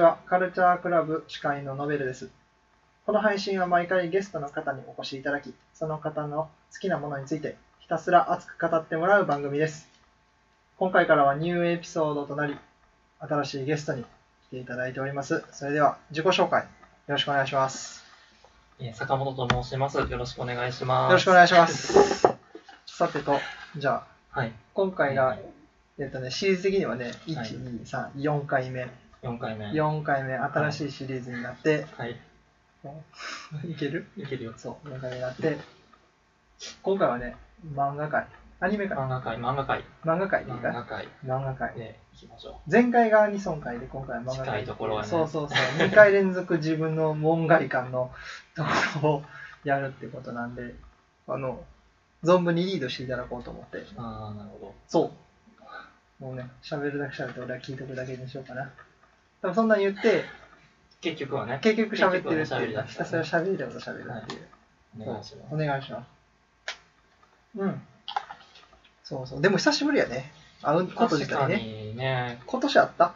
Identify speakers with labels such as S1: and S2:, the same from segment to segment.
S1: は、カルチャークラブ司会のノベルです。この配信は毎回ゲストの方にお越しいただき、その方の好きなものについてひたすら熱く語ってもらう番組です。今回からはニューエピソードとなり、新しいゲストに来ていただいております。それでは自己紹介、よろしくお願いします。
S2: えー坂本と申します。よろしくお願いします。
S1: よろしくお願いします。さてと、じゃあ、
S2: はい、
S1: 今回が、えっとね、シリーズ的にはね、1、
S2: はい
S1: 2、3、4回目。
S2: 4回目。
S1: 4回目、新しいシリーズになって、
S2: はい、
S1: いける
S2: いけるよ。
S1: そう、4回目になって、今回はね、漫画界、アニメ界、
S2: 漫画会、漫画会、
S1: 漫画界でいい
S2: 漫
S1: か
S2: 画
S1: な
S2: 会
S1: 漫画界。
S2: で行きましょ
S1: 前回がアニソン界で、今回は漫画界。
S2: 近いところはね
S1: そうそうそう、2回連続自分の門外観のところをやるってことなんで、あの、存分にリードしていただこうと思って。
S2: う。ああ、なるほ
S1: そう。もうね、喋るだけ喋って、俺は聞いとくだけにしようかな。でもそんなん言って、
S2: ど。結局はね、
S1: 結局喋ってるって
S2: 結
S1: い
S2: 局
S1: う
S2: は
S1: か、
S2: ね
S1: ひたすら喋りたいこと喋るっていう。
S2: お願いします。
S1: お願いします。うん。そうそう。でも久しぶりやね。会うこと自
S2: 確か
S1: 体ね。
S2: にね、
S1: 今年あった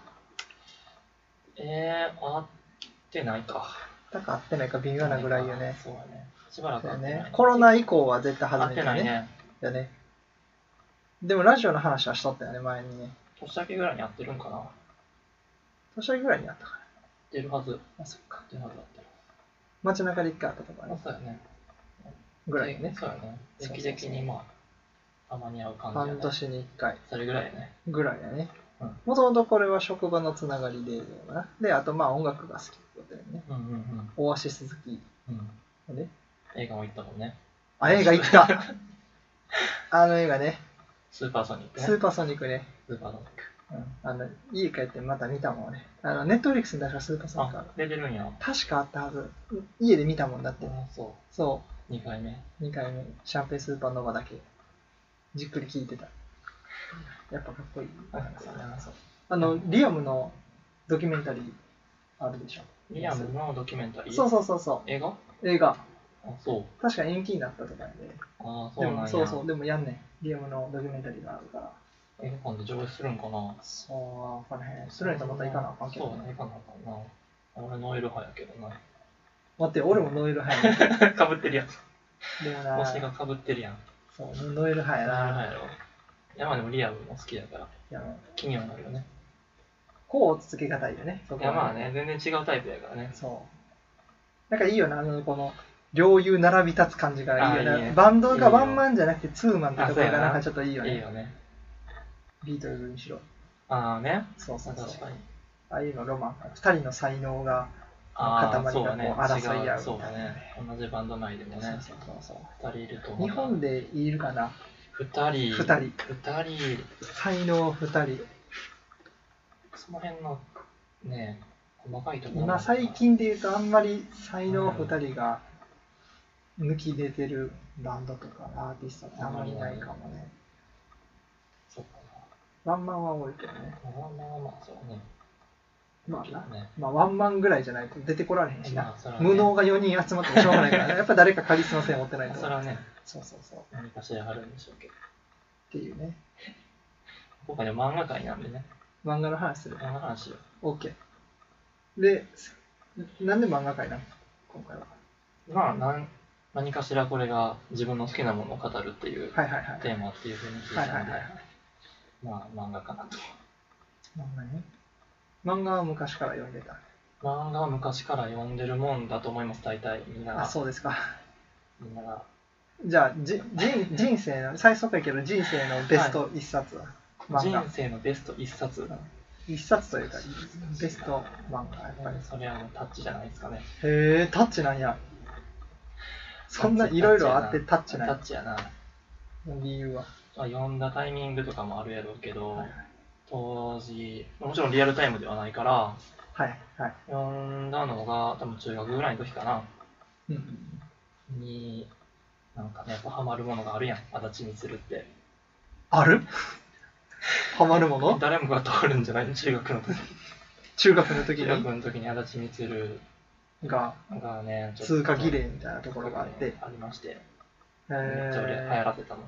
S2: えー、会ってないか。
S1: だから会ってないか微妙なぐらいよね。
S2: そうだね。しばらく
S1: そう
S2: 会
S1: や
S2: ってない
S1: ね。コロナ以降は絶対
S2: 会
S1: 初
S2: っ
S1: め
S2: て
S1: て
S2: ない
S1: ね。
S2: ね。
S1: やね。でもラジオの話はしとったよね、前にね。
S2: 年明けぐらいに会ってるんかな。会っ
S1: 年明けぐらいにあったから。
S2: てるはず。
S1: あ、そっか。
S2: 会ってるはずだったよ。
S1: 街中で一回会ったとか
S2: あ
S1: ね。
S2: そうだね。
S1: ぐらいね。
S2: そうだね。
S1: そうそ
S2: 定
S1: う
S2: 期
S1: そう
S2: 的にまあ、たまに会う感じだね。
S1: 半年に一回
S2: それぐらいやね。
S1: ぐらいやね
S2: うん。
S1: もともとこれは職場のつながりで、な。で、あとまあ音楽が好きってことだよね。
S2: うんうん
S1: オアシス好き
S2: うん。うん
S1: だね。
S2: 映画も行ったもんね。
S1: あ、映画行った。 あの映画ね、
S2: スーパーソニックね。
S1: スーパーソニックね。
S2: スーパーソニック。
S1: あの家帰ってまた見たもんね。あのネットフリックスに確かスーパーソニックあ
S2: あ
S1: る、。
S2: 出てるんや。
S1: 確かあったはず。家で見たもんだって。
S2: あそ。
S1: そう
S2: 2回目。
S1: う、2回目、シャンペンスーパーノヴァだけ、じっくり聞いてた。やっぱかっこいい。あの、リアムのドキュメンタリーあるでしょ。
S2: リアムのドキュメンタリー。
S1: そうそうそうそ
S2: 映画あ、
S1: う、映画。
S2: そう。
S1: 確か延期になったとかやね。
S2: あそう
S1: で
S2: なん
S1: も
S2: や。
S1: そうそう、でもやんねん。リアムのドキュメンタリーがあるから。
S2: 映画館で上映するんかな。
S1: そう、わからへん。スライドまた行かなあかんけど、
S2: そうね、
S1: ね。
S2: 行かなあかんな。俺ノエル派やけ どな。
S1: 待って、俺もノエル派や ね
S2: かぶってるやん。
S1: でもな、
S2: 星がかぶってるやん。
S1: そう、ノエル派や
S2: ノエル派
S1: な。
S2: やろ。いやまあでもリアムも好きだから、
S1: いや、
S2: 気にはなるよね。
S1: こう続けがたいよね、そ
S2: い
S1: こ
S2: や
S1: は
S2: まあ。ね、全然違うタイプやからね。
S1: そう。なんかいいよな、あの、この、両友並び立つ感じがいいよ
S2: あいい
S1: ね
S2: ね。
S1: バンド
S2: いい
S1: が
S2: よ
S1: ワンマンじゃなくてツーマンってところが
S2: あそうやな
S1: なんかちょっといいよ
S2: いい
S1: ね。
S2: よね。
S1: ビートルズにしろ。
S2: ああね。
S1: そうそう
S2: 確
S1: そう。
S2: かに。
S1: ああいうのロマン。二人の才能が、
S2: あ
S1: 塊
S2: あ、
S1: がこう
S2: そうだね。
S1: 争い合うみたいな
S2: 違そうだね。同じバンド内でも
S1: そう
S2: ね、
S1: そうそうそ
S2: 二人いると
S1: う。
S2: 思う。
S1: 日本でいるかな
S2: 二人。二
S1: 二人。
S2: 二人。
S1: 才能二人。
S2: その辺のね、細かいところ。
S1: 今最。近で言うとあんまり才能2人が抜き出てるバンドとかアーティストってあんまりないかもね。
S2: そうか
S1: ワンマンは多いけどね。
S2: な。まあまあまあ、そうね。
S1: まあな。
S2: ね。
S1: まあワンマンぐらいじゃないと出てこられへんしな
S2: まあそら。ね
S1: 無能が4人集まってもしょうがない からね。やっぱ誰かカリスマ性持ってないと。
S2: それはね、
S1: そうそうそう。っ
S2: 何かしらあるんでしょうけど。
S1: ていうね。
S2: 今回ね、漫画界なんでね、
S1: 漫画の話する。
S2: 漫画話を。
S1: OK。で、なんで漫画界なの今回は。
S2: まあ、なん何かしらこれが自分の好きなものを語るっていう
S1: はいはいはい。
S2: テーマっていうふうに聞い
S1: はいは
S2: た
S1: いは
S2: んで
S1: いはい、。
S2: まあ、漫画かなと。
S1: 漫画ね。漫画は昔から読んでた。
S2: 漫画は昔から読んでるもんだと思います、大体。みんな
S1: あ、
S2: が。
S1: そうですか。
S2: みんなが。
S1: じゃあじ人人生の最速やけど人生のベスト一冊は、漫
S2: 人
S1: 画
S2: 生のベスト一冊。やっ
S1: 一冊というかベスト漫画やっぱ
S2: ぱ
S1: り
S2: りそれはもうタッチじゃないですかね。
S1: へえタッチなんやそんないろいろあってタッチな
S2: タ
S1: ん
S2: ッチやな。
S1: や理由は
S2: まあ、読んだタイミングとかもあるやろうけど、
S1: はい
S2: 当時、もちろんリアルタイムではないから、
S1: はいはい
S2: 読んだのが多分中学ぐらいの時かな、
S1: うん
S2: に、なんかね、やっぱハマるものがあるやん、足立みつるって。
S1: あ るハマるもの
S2: 誰もが通るんじゃない中学の時。
S1: 中学の時
S2: 中学
S1: に
S2: の時に足立みつる
S1: が
S2: がね、ちょっと
S1: 通過儀礼みたいなところがあってへ
S2: ありまして、めっちゃ俺流行
S1: え
S2: らせたの、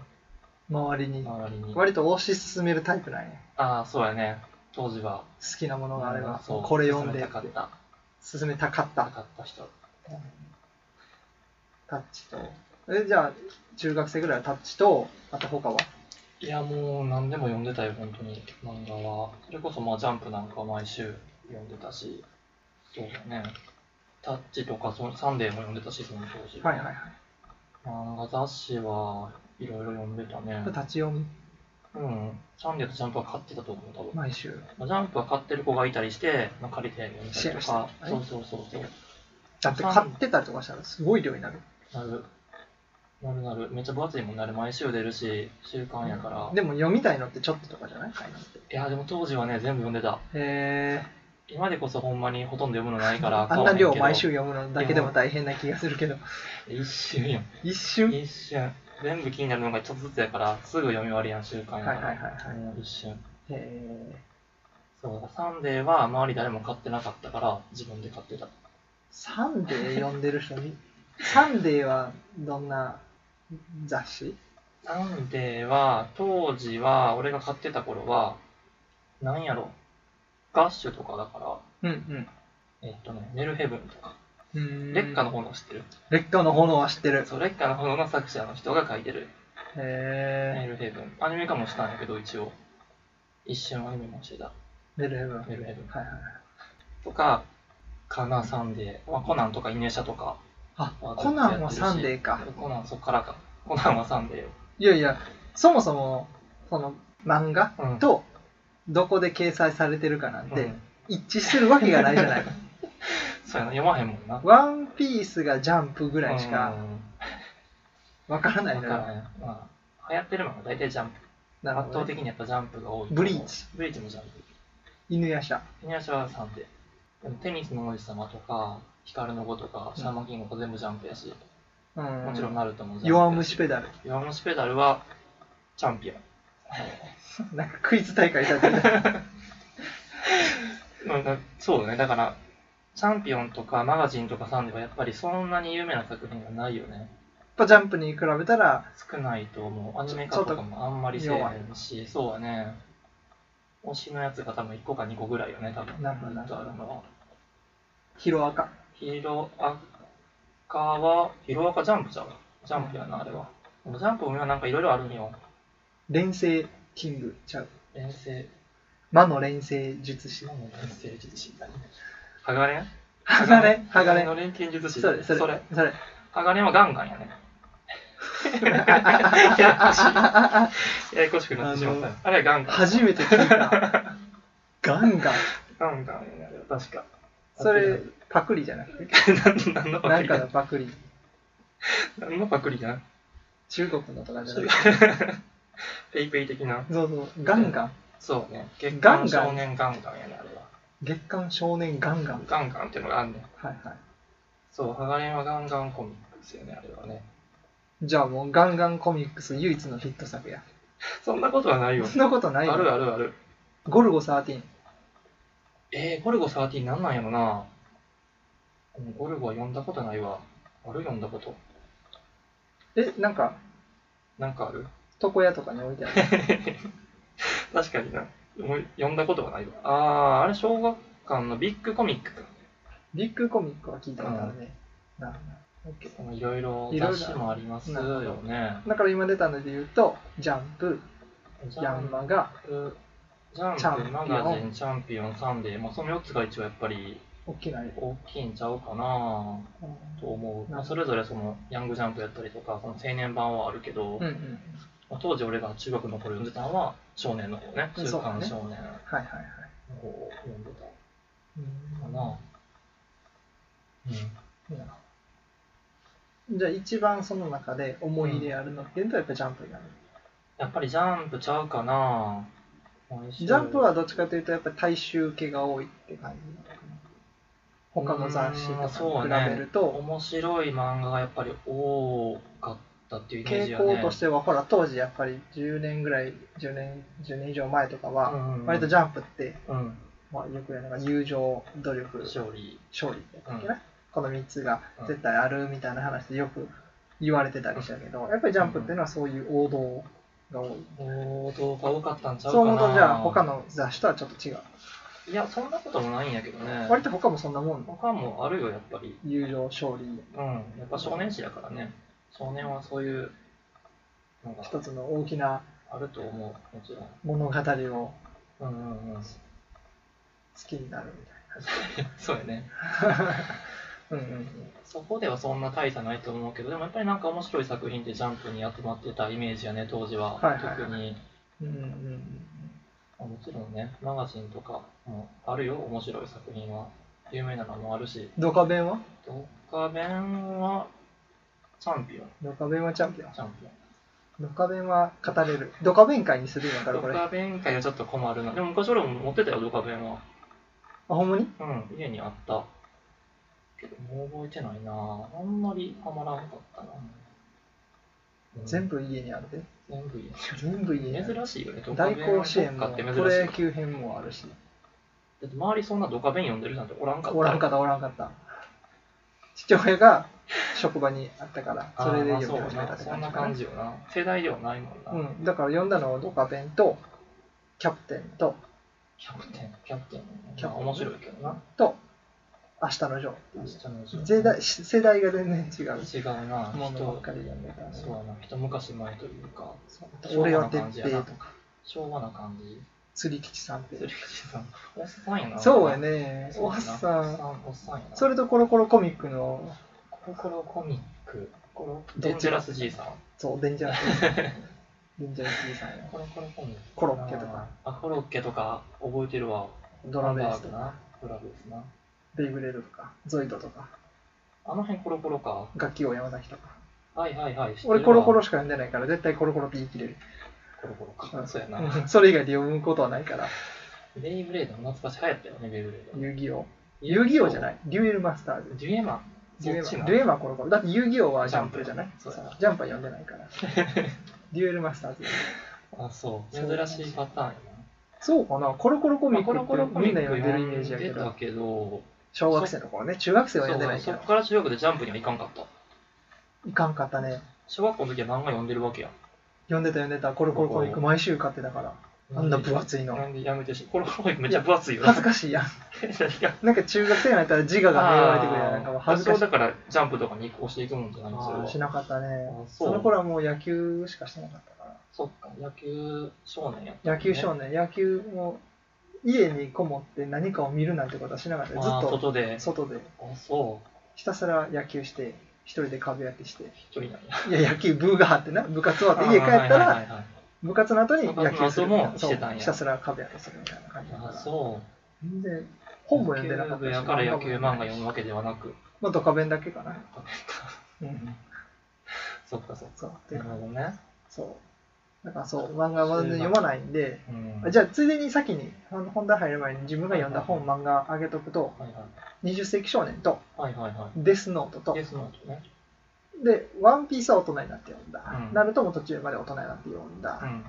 S1: 周りに
S2: 周りに。
S1: 割と推し進めるタイプなんや
S2: ああ、そうやね。当時は
S1: 好きなものがあれば、
S2: そう
S1: これ読んで
S2: 勧めたかった
S1: 進めたかっ
S2: な
S1: た。
S2: かった人
S1: タッチ
S2: と
S1: と。え、じゃあ、中学生ぐらいはタッチと、あと他はい
S2: やもう何でも読んでたよ本当に漫画はそれこそまあジャンプなんか毎週読んでたしそうだねタッチとかそサンデーも読んでたしその当時
S1: はいはいはい。
S2: 漫画雑誌はいろいろ読んでたね
S1: 立ち読み、
S2: うんサンデーとジャンプは買ってたと思う多分、
S1: 毎週。
S2: まあ、ジャンプは買ってる子がいたりして、まあ、借りて読ん
S1: シ
S2: だ
S1: ェア
S2: り
S1: し
S2: と
S1: てね
S2: かそうそうそうそう
S1: だって買ってたりとかしたらすごい量になる。
S2: なるなるなるめっちゃ分厚いもんねあれ毎週出るし週刊やから、
S1: でも読みたいのってちょっととかじゃない買い物って。
S2: いやでも当時はね全部読んでた
S1: へ
S2: 今でこそほんまにほとんど読むのないから
S1: あんな量
S2: 買わ
S1: 毎
S2: へんけ
S1: 週
S2: ど
S1: 読むのだけでも大変な気がするけど、
S2: 一瞬やん
S1: 一瞬
S2: 一瞬全部気になるのがちょっとずつやからすぐ読み終わりやん週刊やから、
S1: はいはいはいはい
S2: もう一瞬
S1: えー
S2: そうサンデーは周り誰も買ってなかったから自分で買ってた
S1: サンデー読んでる人に、サンデーはどんな雑誌
S2: サンデーは当時は俺が買ってた頃はなんやろガッシュとかだか
S1: うん
S2: らえっとねメルヘブンとか
S1: うん。うん
S2: 劣化の炎知ってる
S1: 劣化の炎は知ってる。
S2: そう劣化の炎の作者の人が書いてるメ
S1: へ
S2: ルヘブンアニメ化もしたんやけど一応一瞬アニメもしてた
S1: ー。メルヘブン。はい
S2: メルヘブン
S1: はいはい。
S2: とか、かなサンデー、まあ、コナンとかイネシャとか、
S1: あ、
S2: まあ
S1: コナンはサンデーか。
S2: コナンそっからか。コナンはサンデーよ。
S1: いやいや、そもそも、その漫画
S2: うん
S1: とどこで掲載されてるかなん
S2: う
S1: て
S2: ん
S1: 一致するわけがないじゃ ない。
S2: そうやな、読まへんもんな。
S1: ワンピースがジャンプぐらいし
S2: う
S1: か
S2: ん
S1: わからな
S2: だ
S1: い
S2: か
S1: の
S2: ら
S1: よ。
S2: ね、まあ、流行ってるもん、大体ジャンプ。
S1: なる
S2: 圧
S1: ほ
S2: 倒
S1: ど
S2: 的
S1: ね。
S2: にやっぱジャンプが多い。
S1: ブリーチ。
S2: ブリーチもジャンプ。
S1: 犬やしゃ。
S2: イネシャはサンデー。でもテニスの王子様とか、ヒカルの子とか、シャーマンキングとか全部ジャンプやし、
S1: うん。
S2: もちろんナルトもジャンプやし。
S1: 弱虫ペダル。
S2: 弱虫ペダルは、チャンピオン。
S1: なんかクイズ大会されてる。
S2: なんかそうだね、だから、チャンピオンとかマガジンとかサンデーはやっぱりそんなに有名な作品がないよね。
S1: やっぱジャンプに比べたら、
S2: 少ないと思う。アニメ化とかもあんまりせえへんし、そうはね、推しのやつが多分1個か2個ぐらいよね、多分。
S1: なるほど
S2: ずっとあるのは。
S1: ヒロアカ。
S2: ヒロアカは、ヒロアカジャンプじゃん。ジャンプやな、あれは。でもジャンプもなんかいろいろあるんよ。
S1: 連星キングちゃう。
S2: 連成、
S1: 魔の連星術師。
S2: 何の連成術師だね。ハガレン
S1: 剥がれ剥がれ
S2: の。錬金術師。
S1: それ、それ、そ
S2: そ
S1: れ
S2: れ。。
S1: それ
S2: ハガレンはガンガンやね。 ややこしいややこしくなってしまっ
S1: あの
S2: たよ。あれはガンガン。
S1: 初めて聞いた。ガンガン。
S2: ガンガンやね、あれは確か。
S1: それ、パクリじゃなくて。
S2: 何、何のパ
S1: な
S2: ク
S1: ん
S2: リ
S1: かの
S2: だ
S1: パクリ。
S2: 何のパクリじゃん
S1: 中国のとかじゃなくて。
S2: ペイペイ的な。
S1: そうそう。ガンガン。
S2: そうね。月
S1: ガンガン
S2: 刊少年ガンガンやね、あれは。
S1: 月刊少年ガンガン。
S2: ガンガンっていうのがあんねん。
S1: はいは
S2: そう、ハガレンはガンガンコミックですよね、あれはね。
S1: い。じゃあもうガンガンコミックス唯一のヒット作や。
S2: そんなことはないよ。
S1: そんなことな
S2: あ
S1: い
S2: るあ
S1: よ。
S2: るある。
S1: ゴルゴ13。
S2: えー、ゴルゴ13なんなんやろな。うんゴルゴは読んだことないわ。ある読んだこと。
S1: え、なんか、
S2: なんかある
S1: 床屋とかに置いてある。
S2: 確かにな。もう読んだことがないわ。あー、あれ小学館のビッグコミックか。
S1: ビッグコミックは聞いたことあるね。なるほど。OK
S2: そのいろいろ
S1: いろいろ
S2: 雑誌もありますよね。
S1: だから今出たので言うと、ジャンプ、
S2: ジ
S1: ヤ
S2: ャ
S1: ン
S2: ン
S1: マガ、
S2: プ、ジャンプ、
S1: チャンピオン
S2: マガジン、チャンピオン、サンデー、まあ、その4つが一応やっぱり
S1: 大きな絵。
S2: 大きいんちゃうかなと思う。まあ、それぞれそのヤングジャンプやったりとか、その青年版はあるけど、
S1: うんうん。
S2: まあ、当時俺が中学の頃読んでたのは少年の方ね。
S1: うん
S2: 週
S1: そうだね
S2: 刊少年
S1: はいはいはい。
S2: の方を読んでたか
S1: うん
S2: な。うん
S1: じゃあ一番その中で思い入れあるのっていうとやっぱジャンプになる。
S2: やっぱりジャンプちゃうかな毎週
S1: ジャンプはどっちかというとやっぱ大衆系が多いって感じなのかな。他の雑誌
S2: うん
S1: と
S2: そう
S1: かに比べると、
S2: ね、面白い漫画がやっぱり多かったっていうイメージ
S1: 傾
S2: はね
S1: 向としてはほら当時やっぱり10年ぐらい、10年、10年以上前とかは、
S2: は
S1: 割とジ
S2: ャン
S1: ャンプって、
S2: プ、うん、
S1: まあ、よく言うのが友情、努力、
S2: 勝利
S1: 勝利だったっけな、この3つが絶対あるみたいな話でよく言われてたりしたけど、やっぱりジャンプっていうのはそういう王道が多い。
S2: 報道が多かったんちゃうか
S1: そう
S2: な
S1: 思うと、じゃあ、他の雑誌とはちょっと違う。
S2: いやそんなこともないんやけどね
S1: 割と他もそんなもんの。
S2: 他もあるよやっぱり
S1: 友情勝利、
S2: うんやっぱ少年誌だからね少年はそういうのが
S1: 一つの大きな
S2: あると思うもちろん
S1: 物語を好
S2: うんうん うん
S1: きになるみ
S2: そうやね
S1: たい な。うんうんうん。
S2: そこではそんな大差ないと思うけどでもやっぱりなんか面白い作品ってジャンプに集まってたイメージやね当時は、
S1: はいはいはい
S2: 特に
S1: うんうんうん
S2: あもちろんねマガジンとかもあるよ面白い作品は有名なのもあるし
S1: ドカベンは
S2: ドカベンはチャンピオン
S1: ドカベンはチャンピオン。
S2: チャンピオン
S1: ドカベンは語れる。ドカベン会にするんやから、
S2: ド
S1: これ。あ、
S2: カベン会はちょっと困るな。でも昔俺も持ってたよ、ドカベンは。
S1: ほんまに
S2: うん、家にあった。けど、もう覚えてないなあんまりハマらんかったな、うん
S1: 全部家にあるで。
S2: 全部家に
S1: 全部家にある。
S2: 珍しいよね、ドカベ
S1: 大
S2: ン
S1: 甲子園
S2: か
S1: のプ
S2: って珍しい。
S1: ロ野
S2: だ
S1: 球編もあるし。
S2: って周りそんなドカベン読んでるなんておらんかった。
S1: おらんかった、おらんかった。父親が職場にあったから、
S2: あー
S1: それで
S2: まあ
S1: 読み始めたって
S2: そうやなそん
S1: 感じ
S2: な
S1: か
S2: 感
S1: な。
S2: じよな。世代ではないもんな。
S1: うん、だから読んだのはドカベンと、キャプテンと、
S2: キャプテン、キャプテン、
S1: キャプテン
S2: 面白いけどな。
S1: と、明日のジョーって
S2: 明
S1: いう
S2: 日の授業
S1: 世代。世代が全然違う。
S2: 違うな。
S1: ものばっ
S2: 人
S1: かり読んでたね
S2: そうやな、一昔前というか、
S1: 俺はてっぺいとか、
S2: 昭和な感じ。
S1: 釣り吉三
S2: 鶴
S1: 平。
S2: 吉さん、おっさんやな。
S1: そうやね、
S2: そう
S1: おっ
S2: やな。
S1: さん。
S2: おっさんやな。
S1: それとコロコロコミックの、
S2: コロコロコミック、コロ
S1: どっち
S2: デンジャラス爺さん、
S1: そう、デンジャラス。 デンジャラスじいさんや。
S2: コロコロコミック、
S1: コロッケとか、
S2: あ、コロッケとか覚えてるわ。
S1: ドラベースと
S2: ハ
S1: か、
S2: ンバグな、ドラベースな。
S1: ベイブレードとか、ゾイドとか、
S2: あの辺コロコロか。
S1: 楽器を山崎とか。
S2: はいはいはい。知ってるわ
S1: 俺コロコロしか読んでないから絶対コロコロピー切れる、
S2: コロコロ
S1: う
S2: か。
S1: ん
S2: そうやな。
S1: うん それ以外で読むことはないから
S2: ベイブレードも懐かしい流行ったよね、ベイブレード。。
S1: 遊戯王遊戯王じゃないいデュエルマスターズ
S2: デュエマ。
S1: デュエルマ
S2: そっちな
S1: デュエルマコロコロだって遊戯王はジャンプじゃない
S2: ジャンプそうだ
S1: ジャンプは読んでないから デュエルマスターズ
S2: あ、そう。
S1: そ
S2: 珍
S1: う
S2: しいパターンやな。
S1: そうかなコロコロコミック
S2: コロコロ
S1: って
S2: コミ
S1: み
S2: ッ
S1: んな
S2: ク
S1: 読んでるイメージやけ
S2: 読んで
S1: ど
S2: たけど、
S1: 小学生の頃ね中学生は
S2: そう
S1: 読んでないけ
S2: そ
S1: ど
S2: こから中学でジャンプにはいかんかった。
S1: いかんかったね
S2: 小学校の時は漫画読んでるわけや。
S1: 読んでた読んでたコロコロコミック毎週買ってたからあんな分厚いの
S2: なんでやめてし、コロコロめっちゃ分厚いよ。
S1: 恥ずかしいやんなんか中学生になったら自我が芽生えてくるやんなんかもう恥ずかしい
S2: だからジャンプとかに移行していくもんじゃないそれ
S1: あー
S2: は
S1: しなかったね
S2: あ
S1: そ
S2: そう
S1: の頃はもう野球しかしてなかったか
S2: そっか、野球少年やった、
S1: ら野球少
S2: 年。
S1: 年、野球も家にこもって何かを見るなんてことはしなかったよず
S2: あー
S1: っと
S2: 外で。
S1: 外で
S2: あ、そう。
S1: ひたすら野球して一人で壁焼きして
S2: 一人なんや。
S1: いや野球部があってな部活終わって家帰
S2: あ
S1: った
S2: ーはいはい
S1: ら
S2: はいはい
S1: 部活の後に野球するみたいな
S2: 部活の後も
S1: そう
S2: してたんや
S1: ひたすら壁焼きするみたいな感じだか
S2: あ、
S1: ら
S2: そう。
S1: 全然本も読んでなかった
S2: 野球部やから野球漫画
S1: 読
S2: 読むわけではなく。
S1: まあドカベンだけかなうん
S2: そっかそっ
S1: そう
S2: か。なるほどね。
S1: そうだからそう漫画は読まないんで
S2: うん。
S1: じゃあついでに先にあの本題入る前に自分が読んだ本漫画あげとくと
S2: はい
S1: 「20世紀少年」と
S2: はい。はいはいは
S1: 「デスノート」と
S2: い。イエスノートね。
S1: 「でワンピースは大人になって読んだ
S2: う
S1: 「
S2: ん
S1: ナルト」も途中まで大人になって読ん
S2: う
S1: だ
S2: ん。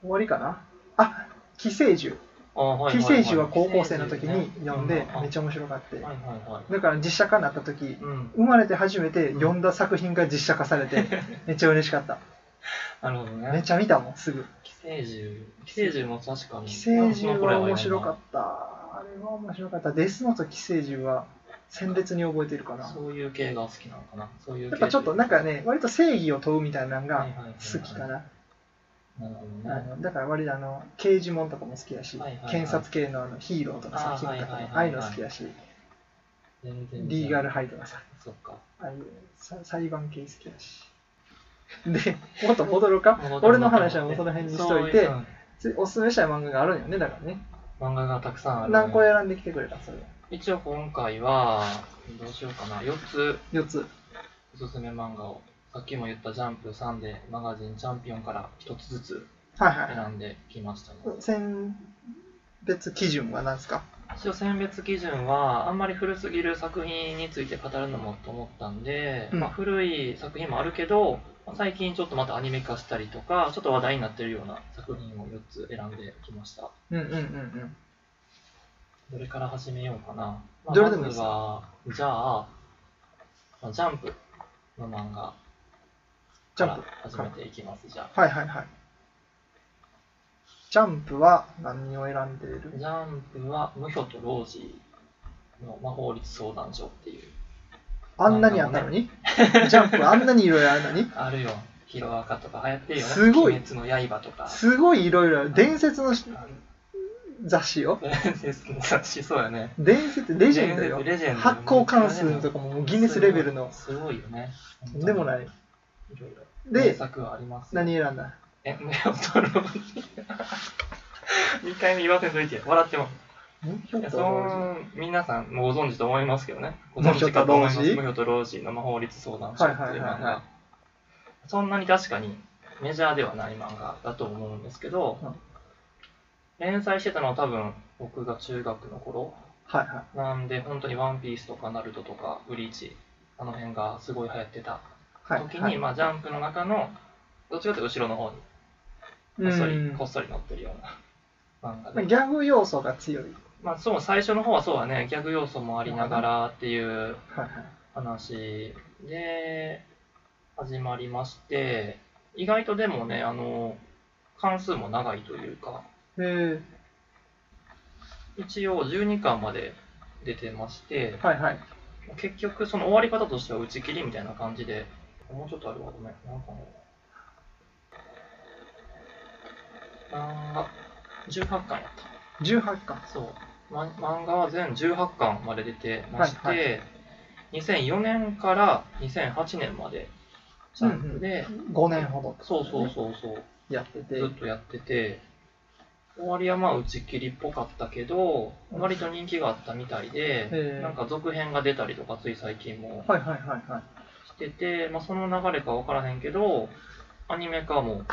S1: 終わりかなあ寄生獣
S2: あーはいはいはい
S1: 寄生獣は高校生の時に読んで
S2: 寄生獣ね
S1: めっちゃ面白かっ
S2: うんは
S1: た
S2: いはいはい。
S1: だから実写化になった時
S2: うん。
S1: 生まれて初めて読んだ作品が実写化され てめっちゃ嬉しかった
S2: なるほど
S1: めっ
S2: ね。
S1: ちゃ見たもんすぐ
S2: 寄生獣。寄生獣も確かに。
S1: 寄生獣は面白
S2: った
S1: かったあれは面白かったデスノート寄生獣は鮮烈に覚えてるかな
S2: そういう系が好きなのかな。そういう系
S1: やっぱちょっとなんかね、割と正義を問うみたいなの
S2: は
S1: が
S2: いはいはい
S1: 好きかな。
S2: なるほ
S1: あ
S2: どね。
S1: のだから割とあの刑事もんとかも好きやし
S2: はいはいは、い
S1: 検察系のあのヒーローとかさ、
S2: あー
S1: キムとか
S2: はい
S1: ね
S2: はいはい
S1: ああいうの好きやし、
S2: 全然。
S1: リーガル。ハイとかさ、
S2: そっか。
S1: ああいうさ裁判系好きや し。で、もっと戻ろうか
S2: 戻ろう。か
S1: 俺の話はもうその辺にしといて
S2: そう、
S1: つ
S2: う
S1: おすすめしたい漫画があるんよね、だからね。
S2: 漫画がたくさんあるね。
S1: 何個選んできてくれたそれ。
S2: 一応今回は、どうしようかな。4つ
S1: 4つ。
S2: おすすめ漫画を。さっきも言ったジャンプサンデーマガジンチャンピオンから一つずつ
S1: はいは
S2: 選んできましたね。
S1: い。選別基準は何ですか
S2: 一応選別基準はあんまり古すぎる作品について語るのもと思ったんで、
S1: うん
S2: まあ、古い作品もあるけどまあ最近ちょっとまたアニメ化したりとかちょっと話題になってるような作品を4つ選んできました
S1: うんうんうんうん。
S2: どれから始めようかな、まあ
S1: どれでもいい
S2: ま
S1: です
S2: ずはじゃあ、まあジャンプの漫画
S1: ジ
S2: か
S1: ャン
S2: ら
S1: プ
S2: 始めていきます、じゃあ。
S1: はいはいはい。ジャンプは何を選んでいる
S2: ジャンプは、無表と老児の、まあ、法律相談所っていう、
S1: あんなにあったのに、ジャンプあんなにいろいろあるのに
S2: あるよ、ヒロアカとか流行ってるよね、
S1: すごい
S2: 鬼滅の刃と か、
S1: すごいいろいろある。伝説の
S2: ある
S1: 雑誌よ。
S2: 伝説の雑誌、そうやね。
S1: 伝説、レジェンドよ
S2: 伝。説レジェンド
S1: 発行関数とかもギネスレベルの。
S2: すごいよね。
S1: でも
S2: い。
S1: ない。
S2: いろいろ。
S1: で
S2: 名作はあります。
S1: 何選んだ
S2: え、目を取 ろう。一回目言わせんといて、笑っても。
S1: ひょ
S2: いや
S1: っ
S2: そ
S1: と
S2: の皆さんもご存知と思いますけどね。ご
S1: 無
S2: 存
S1: 表
S2: 知かと思います。
S1: と
S2: 無
S1: 老人
S2: 表と老人の魔法律相談所って
S1: はい
S2: いう漫画、
S1: はいはいはい
S2: そんなに確かにメジャーではない漫画だと思うんですけど、
S1: うん
S2: 連載してたのは多分僕が中学の頃
S1: はいは
S2: なんで本当に「ワンピースとか「ナルトとか「ブリーチあの辺がすごい流行って
S1: い。
S2: た
S1: はい、
S2: 時に、
S1: はい。
S2: まあ、ジャンプの中のどっちかというと後ろの方にこっそり、
S1: うん
S2: こっそり載ってるような漫画
S1: まあ
S2: で
S1: ギャグ要素が強い。
S2: まあ、そう最初の方はそうだねギャグ要素もありながらっていう
S1: はいはい。
S2: 話で始まりまして意外とでもねあの関数も長いというか
S1: え
S2: 一応12巻まで出てまして
S1: ー、はいはい。
S2: 結局その終わり方としては打ち切りみたいな感じでもうちょっとあるわごめんなんかねあー18巻やった
S1: 18巻。
S2: そう、ま、漫画は全18巻まで出てまして、
S1: はい
S2: 2004年から2008年までジャンプで、
S1: 5年ほど
S2: そうそうそうそう、
S1: やってて。
S2: ずっとやってて終わりはまあ打ち切りっぽかったけど割と人気があったみたいで、
S1: えー
S2: なんか続編が出たりとかつい最近も
S1: はいはいはいはい。
S2: してて、まあ、その流れか分からへんけどアニメ化も、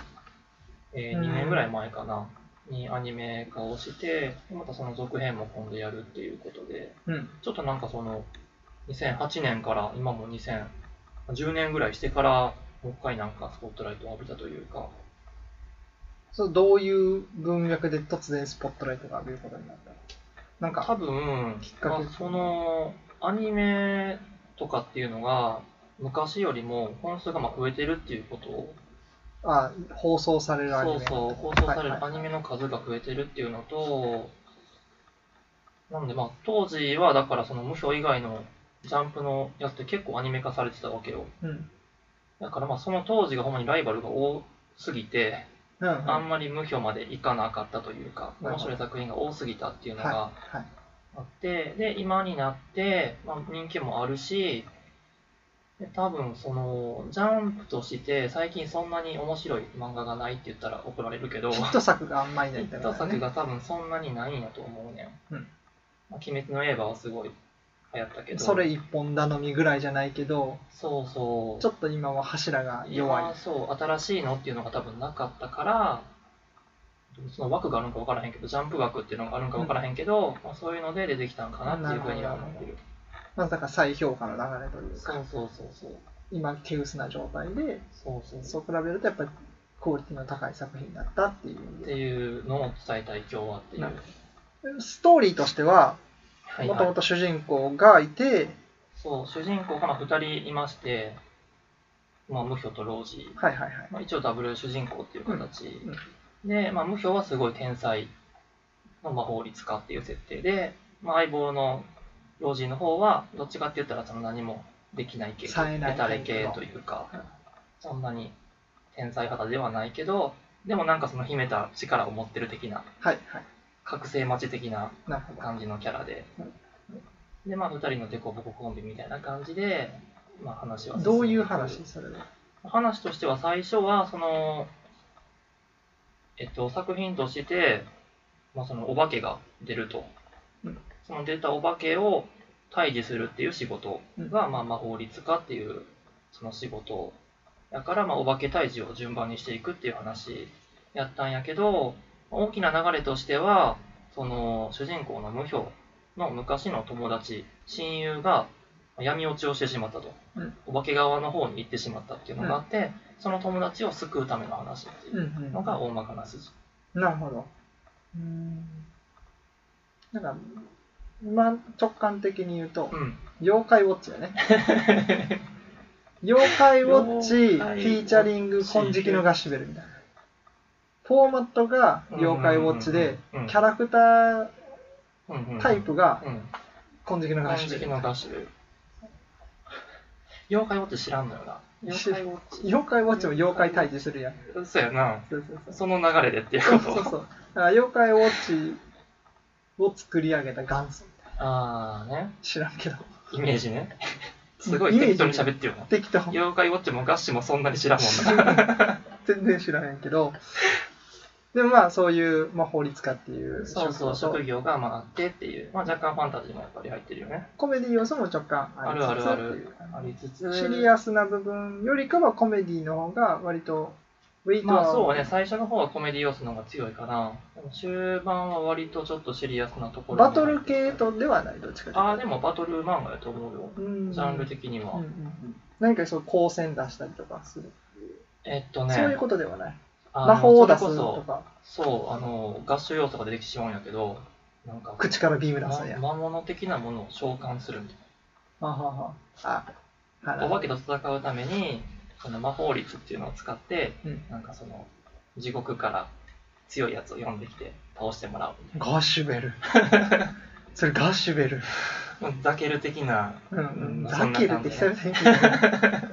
S2: え
S1: うん
S2: 2年ぐらい前かな、にアニメ化をしてまたその続編も今度やるっていうことで
S1: うん。
S2: ちょっとなんかその2008年から今も2010年ぐらいしてからもう一回なんかスポットライトを浴びたというか
S1: それどういう文脈で突然スポットライトが浴びることになったのなん
S2: 多
S1: か、
S2: 分
S1: きっかけ
S2: まあそのアニメとかっていうのが昔よりも本数がまあ増えてるっていうこと
S1: あ放送されるアニ
S2: そう
S1: メ。
S2: そう、放送され
S1: はい
S2: る
S1: は
S2: ア
S1: い
S2: ニメの数が増えてるっていうのと、なんでまあ当時はだからその無表以外のジャンプのやつって結構アニメ化されてたわけよ。
S1: うん。
S2: だからまあその当時がほんまにライバルが多すぎて、
S1: うん、うん。
S2: あんまり無表までいかなかったというか、
S1: なるほ
S2: 面
S1: ど
S2: 白い作品が多すぎたっていうのが
S1: はい。はい。
S2: あって、で、今になって、まあ、人気もあるし、で多分そのジャンプとして最近そんなに面白い漫画がないって言ったら怒られるけど
S1: ヒット作があんまりない
S2: ヒ
S1: みた
S2: ッ
S1: いな、
S2: ト
S1: ね。
S2: 作が多分そんなにないんやと思うねん。
S1: うん
S2: まあ、鬼滅の刃はすごい流行ったけど、
S1: それ一本頼みぐらいじゃないけど、
S2: そうそう。
S1: ちょっと今は柱が弱い。
S2: 今そう、新しいのっていうのが多分なかったから、その枠があるのか分からへんけど、ジャンプ枠っていうのがあるのか分からへんけど、まあ、そういうので出てきたんかなっていうふうには思ってる。
S1: まさか再評価の流れという
S2: そ
S1: か、
S2: うそうそうそう。
S1: 今手薄な状態で、
S2: そうそう
S1: そう比べるとやっぱりクオリティの高い作品だったっていう意味
S2: って
S1: で。
S2: いうのを伝えたい今日はっていう。
S1: なるストーリーとしては、
S2: はい
S1: も
S2: は
S1: と
S2: い
S1: もと主人公がいて、
S2: そう、主人公がまあ2人いまして、まあ、無表と老人。
S1: はいはいはい。
S2: まあ、一応ダブル主人公っていう形、
S1: ん
S2: で、まあ、無表はすごい天才の魔法律家っていう設定で、まあ、相棒の老人の方はどっちかって言ったらその何もできない系で
S1: 冴えない
S2: た
S1: タ
S2: れ
S1: イプ
S2: 系
S1: の
S2: というか、
S1: うん
S2: そんなに天才肌ではないけどでもなんかその秘めた力を持ってる的な
S1: はいはい。
S2: 覚醒待ち的な
S1: なるほど。
S2: 感じのキャラで、でまあ2人のデコボココンビみたいな感じで、まあ、話は進んでく
S1: どういう話それは。
S2: 話としては最初はその、えっと、作品として、まあ、そのお化けが出ると、
S1: うん
S2: その出たお化けを退治するっていう仕事が、まあ、魔法律家っていうその仕事だから、まあ、お化け退治を順番にしていくっていう話やったんやけど大きな流れとしてはその主人公の無表の昔の友達親友が闇落ちをしてしまったと、
S1: うん
S2: お化け側の方に行ってしまったっていうのがあって、その友達を救うための話っていううん
S1: うん
S2: のが大まかな筋、
S1: なるほど。うーん。なんか、まあ、直感的に言うと
S2: う、ん、
S1: 妖怪ウォッチだね。妖怪ウォッチ、
S2: 妖
S1: フ
S2: 怪ウォッチ
S1: ィーチャリング、金色のガッシュベルみたいな。フォーマットが妖怪ウォッチで、
S2: うんうんうんうん
S1: キャラクタータイプが
S2: うん。
S1: 金色のガッシ
S2: 金
S1: ュベ
S2: 色
S1: ル。
S2: のガッシュベル。妖怪ウォッチ知らんのよな。妖怪ウォッチ。
S1: 妖怪ウォッチも妖怪退治するやん。
S2: そうやな。
S1: そうそうそう。
S2: その流れでっていう
S1: そう
S2: こ
S1: そう
S2: と。
S1: そう。だから妖怪ウォッチを作り上げた元祖。
S2: ああね。
S1: 知らんけど。
S2: イメージね。すご
S1: イ
S2: い
S1: メージ
S2: 適当に喋ってるな。
S1: できた
S2: 妖怪ウォッチもガッシュもそんなに知らんもんな。
S1: 全然知らへんけど。でもまあそういう、まあ、法律家っていう
S2: そうそう、
S1: 職業と
S2: 職業がまああってっていう。まあ若干ファンタジーもやっぱり入ってるよね。
S1: コメディ要素も若干
S2: あ
S1: あり
S2: る
S1: つつ
S2: あるあ
S1: ってい
S2: る
S1: う。
S2: ありつつ。
S1: シリアスな部分よりかはコメディの方が割とウェイト
S2: まあ
S1: は、
S2: そうね、最初の方はコメディ要素の方が強いかな。でも終盤は割とちょっとシリアスなところも
S1: バトル系とではないどっちかというと
S2: ああ、でもバトル漫画やと思うよ。
S1: うん
S2: ジャンル的には。
S1: うんうんうん何かそう光線出したりとかする、
S2: えっとね、
S1: そういうことではない
S2: あの
S1: 魔法を出す
S2: それ
S1: と
S2: こ
S1: か
S2: そ、そう、あの、合唱要素が出てきてしまうんやけど、なんか、
S1: 口からビーム出すんや、
S2: ま魔物的なものを召喚するみたい
S1: はははあは
S2: な。お化け
S1: だ
S2: と戦うために、その魔法律っていうのを使って、
S1: うん
S2: なんかその、地獄から強いやつを呼んできて倒し てもらうみたい
S1: ガッシュベルそれガッシュベル
S2: な。ザケル的な、
S1: うんうん
S2: そ
S1: ザ
S2: んな
S1: キルっ
S2: 感
S1: て
S2: じ
S1: 久
S2: ね
S1: 々に聞いたな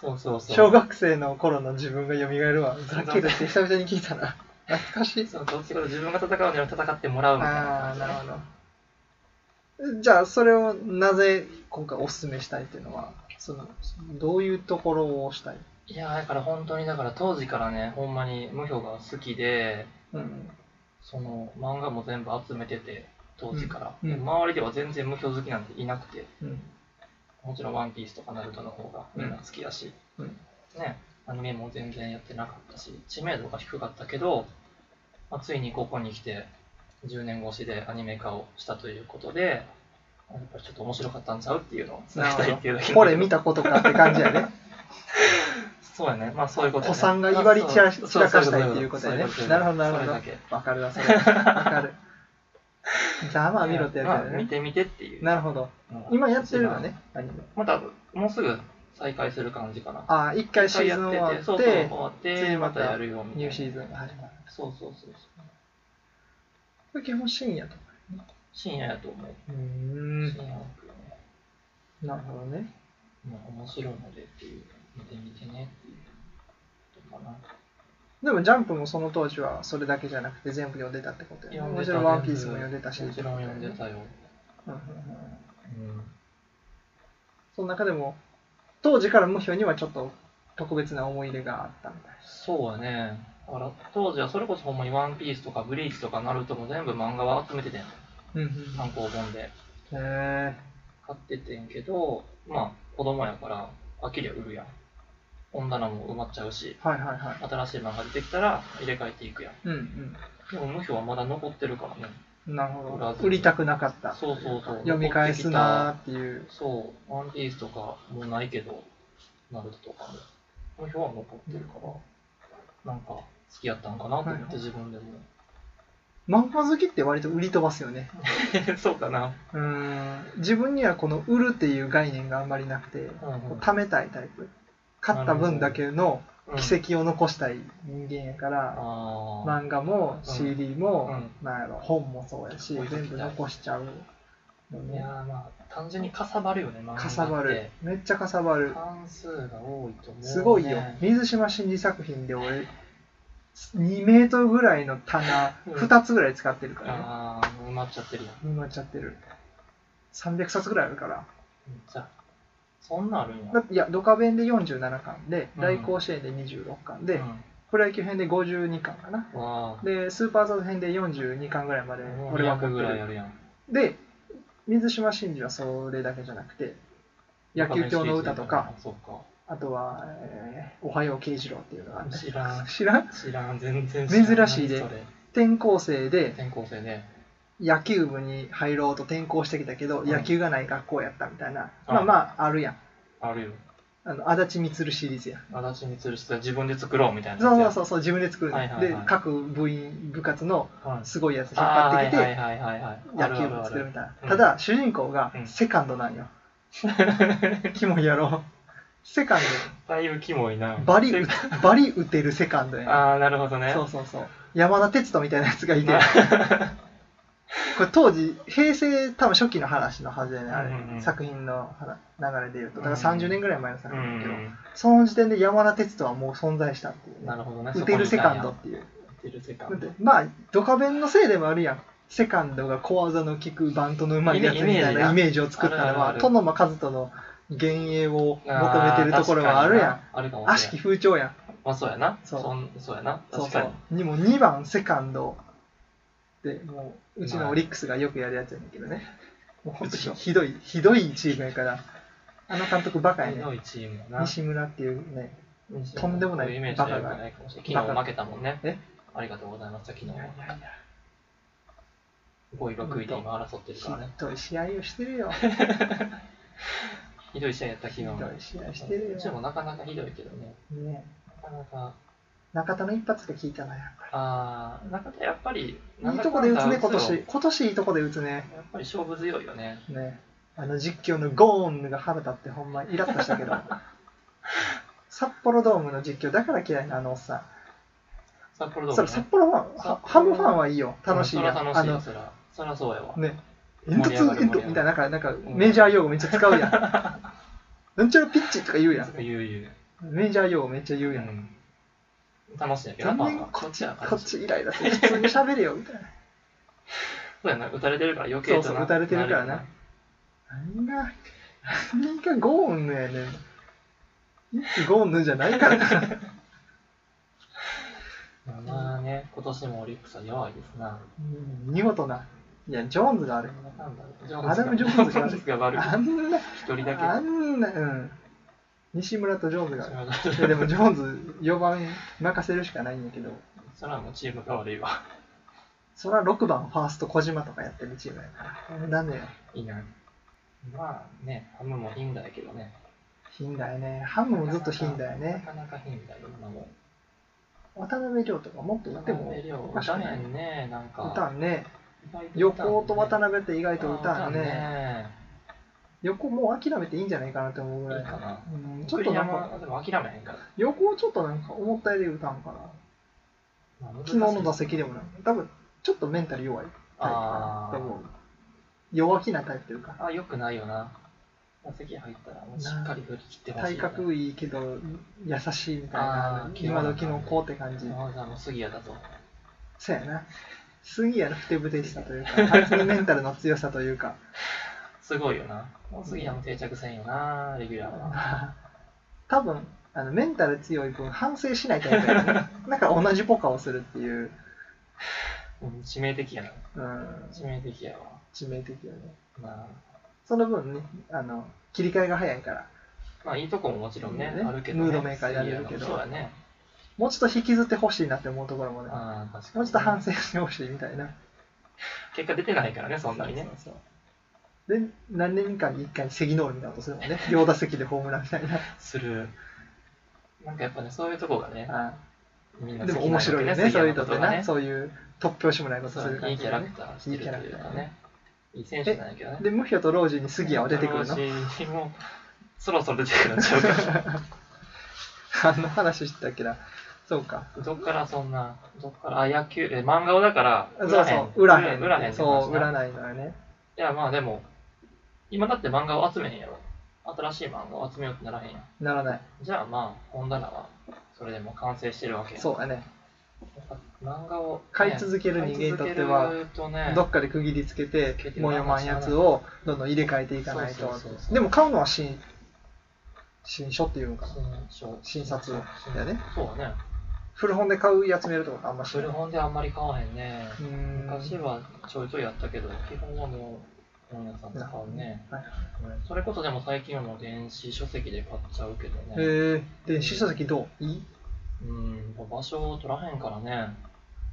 S2: そうそうそう。
S1: 小学生の頃の自分が蘇るわザキルって久々に聞いたな懐かしい
S2: そうどっちかと自分が戦うのに戦ってもらうみたいな
S1: あ
S2: 感
S1: あ
S2: じ
S1: な
S2: ね
S1: るほどじゃあそれをなぜ今回おすすめしたいっていうのはそのどういうところをしたい、
S2: いやーだから本当にだから当時からねほんまに無表が好きで
S1: うん、
S2: その漫画も全部集めてて当時から、
S1: うん
S2: で
S1: うん
S2: 周りでは全然無表好きなんていなくて
S1: うん
S2: もちろん「ワンピースとか「ナルトの方がみんな好きだし、
S1: うん
S2: ねアニメも全然やってなかったし知名度が低かったけど、まあ、ついにここに来て10年越しでアニメ化をしたということでやっぱりちょっと面白かったんちゃうっていうのを伝えたいっていうだけなんだけど
S1: これ見たことかって感じや ね
S2: そうやね、まあそういうこと、ね。
S1: 子さんが威張り散ら
S2: そう
S1: 散らかしたいっていうことやね
S2: そうそう
S1: なるほどなる
S2: そ
S1: ほ
S2: れ
S1: ど
S2: だけ
S1: わかるわそれわかるざ まあ見ろってやつや
S2: まあ見
S1: ね、
S2: て見てっていう。
S1: なるほど
S2: うん
S1: 今やってるのね。アニメ
S2: また、もうすぐ再開する感じかな。
S1: ああ一回シーズン終わ
S2: そう
S1: っ
S2: そう、
S1: て
S2: 終わっ
S1: 次
S2: て、
S1: ま
S2: ま
S1: た
S2: たやるよみたいな。
S1: ニューシーズンが始まる
S2: そうそうそうそう。
S1: これ基本深夜とか
S2: 深夜やと思う。
S1: うー
S2: 深
S1: ん
S2: 夜枠よね。
S1: なるほどね
S2: まあ面白いのでっていう、見てみてねっていうことかな。
S1: でもジャンプもその当時はそれだけじゃなくて全部読んでたってことよね。もちろんワンピースも読んでたし。
S2: もちろん読んでたよ。
S1: うんうんうん
S2: うん
S1: その中でも、当時から無表にはちょっと特別な思い入れがあったみたい
S2: そうやね。だから当時はそれこそほんまにワンピースとかブリーチとかナルトも全部漫画は集めててん
S1: な。
S2: 単行本で
S1: へ
S2: 買っててんけど、まあ子供やから飽きりゃ売るやん。本棚も埋まっちゃうし、
S1: ーはいはいはい。
S2: 新しい漫画出てきたら入れ替えていくやん。
S1: うん
S2: でも無表はまだ残ってるからね。
S1: うん。なるほ
S2: 売ら
S1: ど。
S2: ず
S1: 売りたくなかった。
S2: そうそうそう
S1: 読み返すなーっていう。
S2: そう、ワンピースとかもうないけど、ナルトとかも。無表は残ってるから、なんか好きやったんかなと思っ
S1: はいはい
S2: て自分でも。
S1: 漫画好きって割と売り飛ばすよね。
S2: そうかな。
S1: うーん。自分にはこの売るっていう概念があんまりなくて、
S2: うんうん
S1: こう貯めたいタイプ。買った分だけの
S2: うん
S1: 奇跡を残したい人間やから、
S2: ああ、
S1: 漫画も
S2: うん
S1: CD も、
S2: う
S1: なんやろ本もそうやし
S2: 置いときたい
S1: 全部残しちゃうの
S2: いや
S1: ね
S2: ーまあ単純にかさばるよね漫画って
S1: かさばるめっちゃかさばる
S2: 関数が多いと思う、ね、
S1: すごいよ水島新司作品で俺2メートルぐらいの棚
S2: うん
S1: 2つぐらい使ってるからね
S2: ああ埋まっちゃってるやん
S1: 埋まっちゃってる300冊ぐらいあるから
S2: めっちゃそんなんあるんや
S1: だっていやドカベンで47巻で
S2: うん
S1: 大甲子園で26巻で、
S2: うん、
S1: プロ野球編で52巻かな
S2: わあ
S1: でスーパーゾーン編で42巻ぐらいまで俺
S2: 俺
S1: は
S2: は
S1: 持って
S2: ぐら
S1: る
S2: いあるやん
S1: で水島新司はそれだけじゃなくて野球狂の歌とか
S2: そうか
S1: あとは、えーおはよう慶次郎」っていうのがあって
S2: 知らん
S1: 知らん
S2: 知らん全然
S1: 珍しいで
S2: それ
S1: 転校生で
S2: 転校生ね
S1: 野球部に入ろうと転校してきたけど、
S2: うん
S1: 野球がない学校やったみたいな、
S2: うん
S1: まあまああるやん
S2: あるよ
S1: あの足立満シリーズやん
S2: 足立みつるして自分で作ろうみたいな
S1: そうそう
S2: う
S1: そうそう自分で作るの、
S2: はいはいはい
S1: で各部員部活の
S2: そう、うん、
S1: すごいやつ引っ
S2: あー
S1: 張ってきて、
S2: はいはいはいはいはいある
S1: 野球
S2: ある
S1: 部
S2: あ
S1: 作る
S2: る
S1: みたいな、
S2: うん
S1: ただ主人公が
S2: うん
S1: セカンドなんよ、キモいやろセカン
S2: だいぶキモいな
S1: ドやんバリ打つバリ打てるセカンドやん
S2: ああなるほどね
S1: そうそうそう山田哲人みたいなやつがいて
S2: ま
S1: これ当時平成多分初期の話のはずやねあれ、
S2: うんうん
S1: 作品の話流れでいうとだか
S2: う
S1: ら
S2: ん
S1: 30年ぐらい前の作
S2: う
S1: 品だけど、
S2: ん
S1: その時点で山田哲人はもう存在したっていう、
S2: なるほどね
S1: 打てるセカンド
S2: そ
S1: っ
S2: こ
S1: ていう
S2: にいたんや打てるセカ
S1: だっ
S2: ン
S1: てまあドカベンのせいでもあるやんセカンドが小技の効くバントのうまいやつみたいなイメージを作ったの
S2: イメージなあるあ
S1: は
S2: る
S1: 殿間和人の幻影を
S2: ドあ
S1: 求
S2: ー
S1: めてるところはあるや
S2: 確かになあるか
S1: ん
S2: も
S1: 悪
S2: し
S1: し
S2: れ
S1: き
S2: ん
S1: 風潮やん
S2: まあそうやな
S1: そう
S2: そんそうやな
S1: そう
S2: 確
S1: そ
S2: かに
S1: うにも2番セカンドでもううちのオリックスがよくやるやつやねんけどねもうほんとひひどいひどいチームやからあの監督バカやね
S2: 強いチームやな
S1: 西村っていうねと
S2: と
S1: んでもない
S2: イメージ
S1: バ
S2: が
S1: カが
S2: 良くないかもしれない昨日負けたもんね
S1: え
S2: ありがとうございました昨日は5位6位で今争ってる
S1: ひ
S2: からね
S1: どい試合をしてるよ
S2: ひどい試合やった昨
S1: ひ
S2: 日
S1: どい試合してる
S2: うちも
S1: よ、
S2: なかなかひどいけどね
S1: ね、
S2: なかなか
S1: 中田の一発が効いたのや
S2: ああなんかやっぱり
S1: いいとこで打つね今
S2: なんだかんだ打つ
S1: 年
S2: よ
S1: 今年いいとこで打つね
S2: やっぱり勝負強いよね
S1: ねあの実況のゴーンが腹立ってほんまイラッとしたけ ど札幌ドームの実況だから嫌いなあのおっさん
S2: 札幌ドー
S1: そ
S2: ム
S1: れ
S2: ね
S1: 札幌ファン
S2: 札幌
S1: はハムファンはいいよ楽しいや、
S2: うんんそら
S1: あ
S2: 楽しいよ
S1: の
S2: そらそらそうやわ
S1: ね
S2: 盛
S1: 煙
S2: り上が
S1: 突
S2: る
S1: 煙突みたいななんかなんかメジャー用語めっちゃ使う やんなんちゃらピッチとか言うやん
S2: 言う言う
S1: メジャー用語めっちゃ言うやん、
S2: うん楽しいんやけど
S1: 残
S2: まあ
S1: 念
S2: まあ
S1: こっち
S2: は
S1: こっちイライラする普通に喋れよみたいな
S2: そうやな打たれてるから余計
S1: そ
S2: と
S1: うそ
S2: な
S1: う打たれてるから
S2: な
S1: な何が何がゴーンのやねんいつゴーンのじゃないからな
S2: るよなまあね今年もオリックスは弱いですな
S1: うん見事な。いや、ジョーンズがある。
S2: なんだろう
S1: アダムジョーンズが
S2: ジョが悪い
S1: あんな、
S2: 一人だけ
S1: あんな、うん。西村とジョーンズがある。いや、
S2: そ
S1: でもジョーンズ4番任せるしかないんやけど、
S2: らもうチームが悪いわ
S1: そら6番ファースト小島とかやってるチームやから。なんだよ。
S2: いいなまあねハムも貧だやけどね
S1: 頻だよね。ハムもずっと頻だよ
S2: な
S1: ね。
S2: かなか貧だよなも
S1: 渡辺亮とかもっと
S2: う
S1: 打ってもおかしく
S2: 打た
S1: な
S2: へ
S1: い。
S2: んねなんか
S1: 打たんね。
S2: 意外と打たんね
S1: 横尾と渡辺って意
S2: あ
S1: 外
S2: ー
S1: と打たんね。横尾もう諦めていいんじゃないかなって思うぐ
S2: 打たんね
S1: ら
S2: い
S1: い
S2: い。かな
S1: うん、
S2: ち
S1: ちょ
S2: ょっ
S1: っ
S2: と
S1: となんか、
S2: でも諦めへんから
S1: 横尾ちょっとなんか思ったより打たんから。
S2: まあ難しい
S1: 昨日の打席でもなんか多分ちょっとメンタル弱いタイプかな
S2: あ
S1: って思
S2: ー
S1: う弱気なタイプというか
S2: あよくないよな打席入ったらもうしっかり振り切ってほしい
S1: 体
S2: よね
S1: 格いいけど優しいみたいな
S2: あー
S1: 今時の子って感じ
S2: あーじゃあもう杉谷だと
S1: そうやな杉谷のふてぶてしさと いうかあいつのメンタルの強さというか
S2: すごいよなもう杉谷も定着せんよなレギュラーは
S1: 多分あのメンタル強い分反省しないタイプやねなんか同じポカをするっていう、
S2: うん致命的やな
S1: うん、
S2: 致命的やわ
S1: 致命的よね
S2: ま
S1: その分ねあの切り替えが早いから
S2: あ、まあいいとこももちろんね、
S1: ね
S2: あるけど、ね、
S1: ムードメーカーであるけど
S2: そうやね。
S1: もうちょっと引きずってほしいなって思うところもね
S2: ああ、確かに。
S1: もうちょっと反省してほしいみたいな
S2: 結果出てないからね、そんなにね。
S1: そうそうそうで何年かに1回セギノールみたいなことする もんね両打席でホームランみたいな
S2: する。なんかやっぱね、そういうとこがね、
S1: あ
S2: みん
S1: あ
S2: な
S1: で
S2: 好き
S1: も
S2: にな
S1: 面
S2: る
S1: 白
S2: わ
S1: いよねそうい
S2: け
S1: うの
S2: こ
S1: って
S2: が
S1: な、
S2: ね。
S1: そういう突拍子もないことする
S2: そう
S1: 感
S2: いい
S1: じ
S2: キャ
S1: だ
S2: ラ
S1: ね
S2: クターしてるというかね。いい選手なんやけどね。
S1: でムヒオとロージーに杉谷は出てくるの
S2: 私もそろそろ出てくるんちゃ うか。
S1: あの話してたっけなそうか
S2: どっからそんな、どっから、あ、野球、え、漫画をだから、
S1: そうそう裏
S2: 裏
S1: へん
S2: へん。裏へんって話な。
S1: そう裏ないのよね
S2: いや、まあでも、今だって漫画を集めへんやろ。新しい漫画を集めようってならへんやん。
S1: ならない
S2: じゃあまあ、本棚は、それでも完成してるわけやん。
S1: そうやね
S2: やっぱ漫画を、ね
S1: 買い続ける人間にとっては
S2: 買い続けるとね、
S1: どっかで区切りつけて
S2: つけて
S1: もう読まんやつをどんどん入れ替えていかない
S2: そう
S1: と
S2: そうそうそう
S1: でも買うのは新新書っていうんかな
S2: 新書
S1: 新冊やね。
S2: そうだね。
S1: 古本で買うやつ見るとかあんましない
S2: 古本であんまり買わへんね。
S1: うーん
S2: 昔はちょいちょいやったけど、基本はもう本屋さんで買うね。
S1: はい
S2: それこそでも最近はもう電子書籍で買っちゃうけどね。
S1: へえで書籍どういい
S2: うん、やっぱ場所を取らへんからね。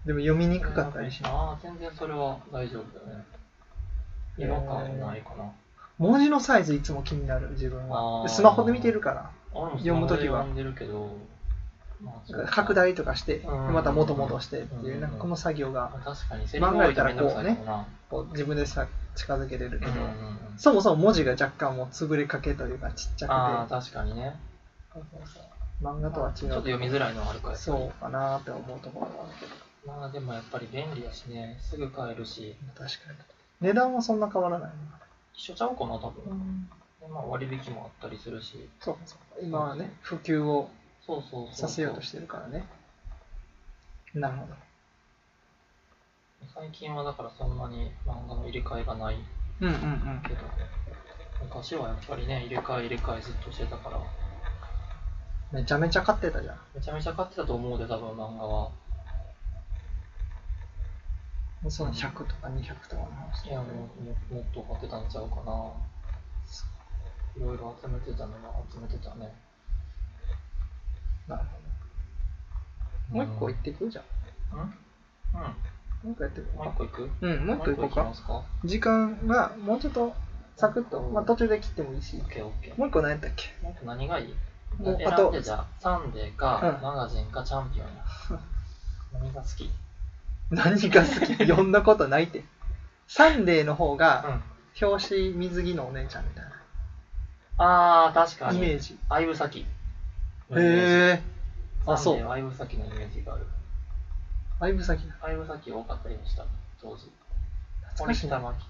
S1: でも読みにくかったりしない
S2: ああ、全然それは大丈夫だね。違和感ないかな。
S1: 文字のサイズいつも気になる自分
S2: あー
S1: はスマホで見てるから
S2: 俺も
S1: 読む時は
S2: スマホで読んでるけど、まあそうか
S1: 拡大とかしてで
S2: うん
S1: また元々してって
S2: う
S1: いうんなんかこの作業が
S2: あ確かに、セリフ
S1: 漫画や
S2: 多
S1: っ
S2: い
S1: た
S2: と
S1: ら
S2: めんどく
S1: こ
S2: さ
S1: う
S2: い
S1: ね
S2: かもな。
S1: こう自分でさ近づけれるけ
S2: う
S1: ど
S2: んうんうん
S1: そもそも文字が若干もう潰れかけというかちっち
S2: ああ、
S1: ゃ
S2: 確かにね。
S1: く
S3: そうそうそう。
S1: 漫画とは
S2: ち
S1: 違
S2: ょ
S1: う
S2: っと読みづらいのはあるから
S1: そうかなって思うところがあるけど
S2: まあでもやっぱり便利だしねすぐ買えるし
S1: 確かに値段はそんな変わらないな
S2: 一緒ちゃうかな多分、
S1: ん
S2: でまあ、割引もあったりするし
S1: そうかそうか今はね普及を
S2: そうそうそう
S1: させようとしてるからねなるほど
S2: 最近はだからそんなに漫画の入れ替えがない
S1: うんうんうん
S2: けど昔はやっぱりね入れ替え入れ替えずっとしてたから
S1: めちゃめちゃ買ってたじゃん
S2: めちゃめちゃ買ってたと思うで多分漫画は
S1: もうその100とか200とかの話
S2: いやもうももっと買ってたんちゃうかないろいろ集めてたのは集めてたね
S1: なるほどもう一個行ってくじゃん
S2: うんうん
S1: もう一個やってく
S2: もう一個いく
S1: うんもう一個行こう
S2: もい
S1: か
S2: きますか
S1: 時間がもうちょっとサクッと、まあ、途中で切ってもいいし
S2: オッケーオッケー
S1: もう一個何やったっけ
S2: もう一個何がいい
S1: もう
S2: 選
S1: あ
S2: ん
S1: と
S2: でじゃあサンデーか、
S1: うん
S2: マガジンかチャンピオンや 何が好き
S1: 何が好き 読んだことないってサンデーの方が
S2: あ
S1: 表紙水着のお姉ちゃんみたい
S2: あー確か
S1: なイ
S2: に
S1: メージ
S2: 相武咲のイメージ
S1: へえあ
S2: サン
S1: そ
S2: デー
S1: う
S2: は相武咲のイメージがある
S1: 相武咲だ
S2: 相武咲多かったりもした当時
S1: 懐か
S2: 森
S1: しい
S2: 下
S1: な
S2: 真希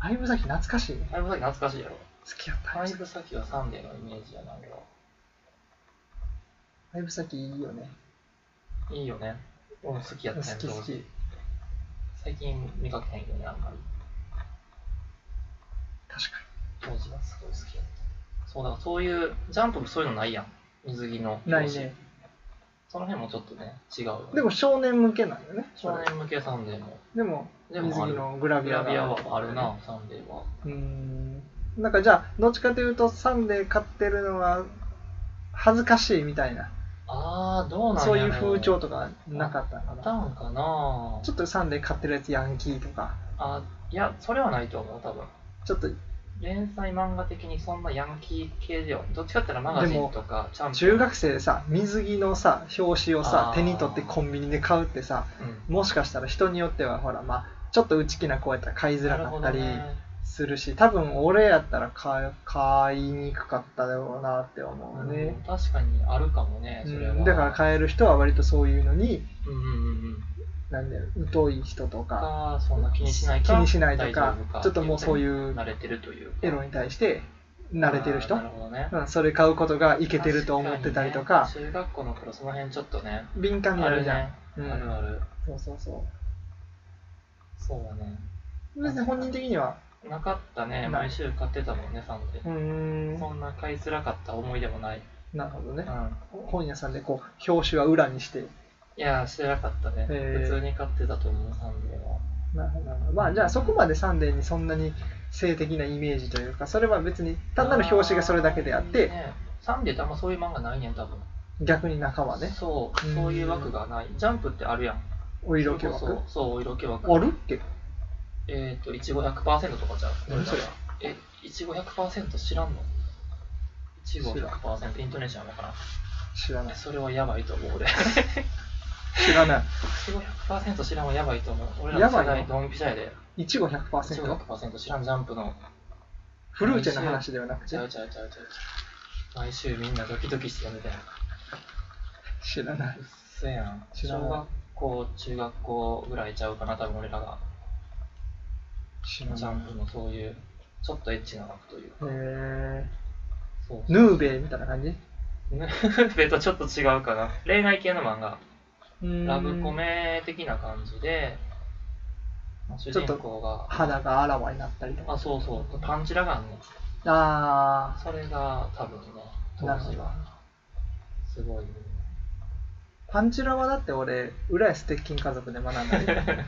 S1: 相武咲懐かしいね
S2: 相武咲懐かしいやろ
S1: 好きやった
S2: 相武咲はサンデーのイメージやな俺は
S1: 相武咲いいよね
S2: いいよね俺も好きやった
S1: 好
S2: んや
S1: き好
S2: 当時
S1: き
S2: 最近見かけへんけどねあんまり
S1: 確か
S2: 当時はすごい好きやったそうだからそういうジャンプもそういうのないやん水着の
S1: にないね
S2: その辺もちょっとね違うよね
S1: でも少年向けなんよね
S2: 少年向けサンデーも
S1: でも
S2: でも
S1: 水着
S2: ある
S1: のグラ
S2: グ
S1: ビア
S2: ラビア
S1: が
S2: はあるなサンデーは
S1: うーんなんかじゃあどっちかというとサンデー買ってるのは恥ずかしいみたいな
S2: ああどうなんや
S1: そ
S2: ろ
S1: ういう風潮とかなかった
S2: あ
S1: の
S2: っ
S1: か
S2: た
S1: なん
S2: かな
S1: ちょっとサンデー買ってるやつヤンキーとか
S2: あいやそれはないと思う多分
S1: ちょっと
S2: 連載漫画的にそんなヤンキー系ではどっちかっていうとマガジンとかチャンピオ
S1: 中
S2: ン、
S1: 学生でさ水着のさ表紙をさ
S2: あー
S1: 手に取ってコンビニで買うってさ
S2: うん、
S1: もしかしたら人によってはほらまあちょっと内気な子やったら買いづらかったり
S2: なるほどね
S1: するし多分俺やったら買い買いにくかっただろうなって思うね
S2: うん、確かにあるかもねそれは、
S1: うんだから買える人は割とそういうのに
S2: うんうんうんうん
S1: なんだよ疎い人とか
S2: かそんな気にしないか
S1: 気にしないと
S2: 大
S1: か
S2: 丈夫
S1: ちょっともうそうい
S2: っ
S1: う
S2: て慣れてるというか
S1: エロに対して慣れてる人
S2: あーなるほどね
S1: うん、それ買うことがいけてると思ってたりとか
S2: 確にね中学校の頃その辺ちょっとね
S1: 敏感になるじゃん、
S2: ね
S1: うん
S2: あるある
S1: そうそうそ
S2: そうだね
S1: う別に本人的には
S2: なかったね
S1: ない
S2: 毎週買ってたもんねサンデ
S1: うー
S2: ー、
S1: ん
S2: そんな買いづらかった思い出もない、
S1: なるほどね
S2: う、ん、
S1: 本屋さんでこう表紙は裏にして
S2: いやーしてなかったね、
S1: へー
S2: 普通に買ってたと思うサンデーは
S1: なるほどなるほどまあじゃあそこまでサンデーにそんなに性的なイメージというかそれは別に単なる表紙がそれだけであっ
S2: ーいい
S1: て
S2: ねサンデーってあんまそういう漫画ないねん多分
S1: 逆に中はね
S2: そう
S1: うん
S2: そういう枠がないジャンプってあるやん
S1: お色気
S2: そう
S1: 枠
S2: そうそうお色気枠
S1: あるっけ
S2: えっ、ー、といちご100%とかじゃん
S1: 何それ
S2: えいちご100%知らんのいちご
S1: 知らん
S2: 100%イントネーションやろか
S1: 知らな
S2: ないそれはやばいと思う 俺
S1: 知らない
S2: ちご100%知らんはやばいと思う俺らの世
S1: やばい
S2: 代
S1: の
S2: ドンピシャやで
S1: いいちご
S2: いちご
S1: 100%
S2: 100%知らんジャンプの
S1: フルーチェの話ではなく
S2: ち
S1: て
S2: ゃうちゃうちゃうちゃう毎週みんなドキドキしてたみたいな
S1: 知らないう
S2: っせえやん
S1: 知ら
S2: 小
S1: ない
S2: 学校中学校ぐらいちゃうかな多分俺らが
S1: 知
S2: ジ
S1: ら
S2: ャ
S1: ない
S2: ンプのそういうちょっとエッチな枠というか
S1: え
S2: そう
S1: ー、ヌーベイみたいな感じ
S2: ヌー ベとちょっと違うかな恋愛系の漫画ラブコメ的な感じで、まあ主
S1: ちょっ
S2: 人
S1: と
S2: 公が、
S1: 肌があらわになったりとか
S2: あ、そうそう、パンチラがあんね
S1: あ
S2: それが多分ね、当
S1: なるほ
S2: 時
S1: ど
S2: は、すごい、
S1: ーパンチラはだって俺浦安鉄筋家族で学んだ よ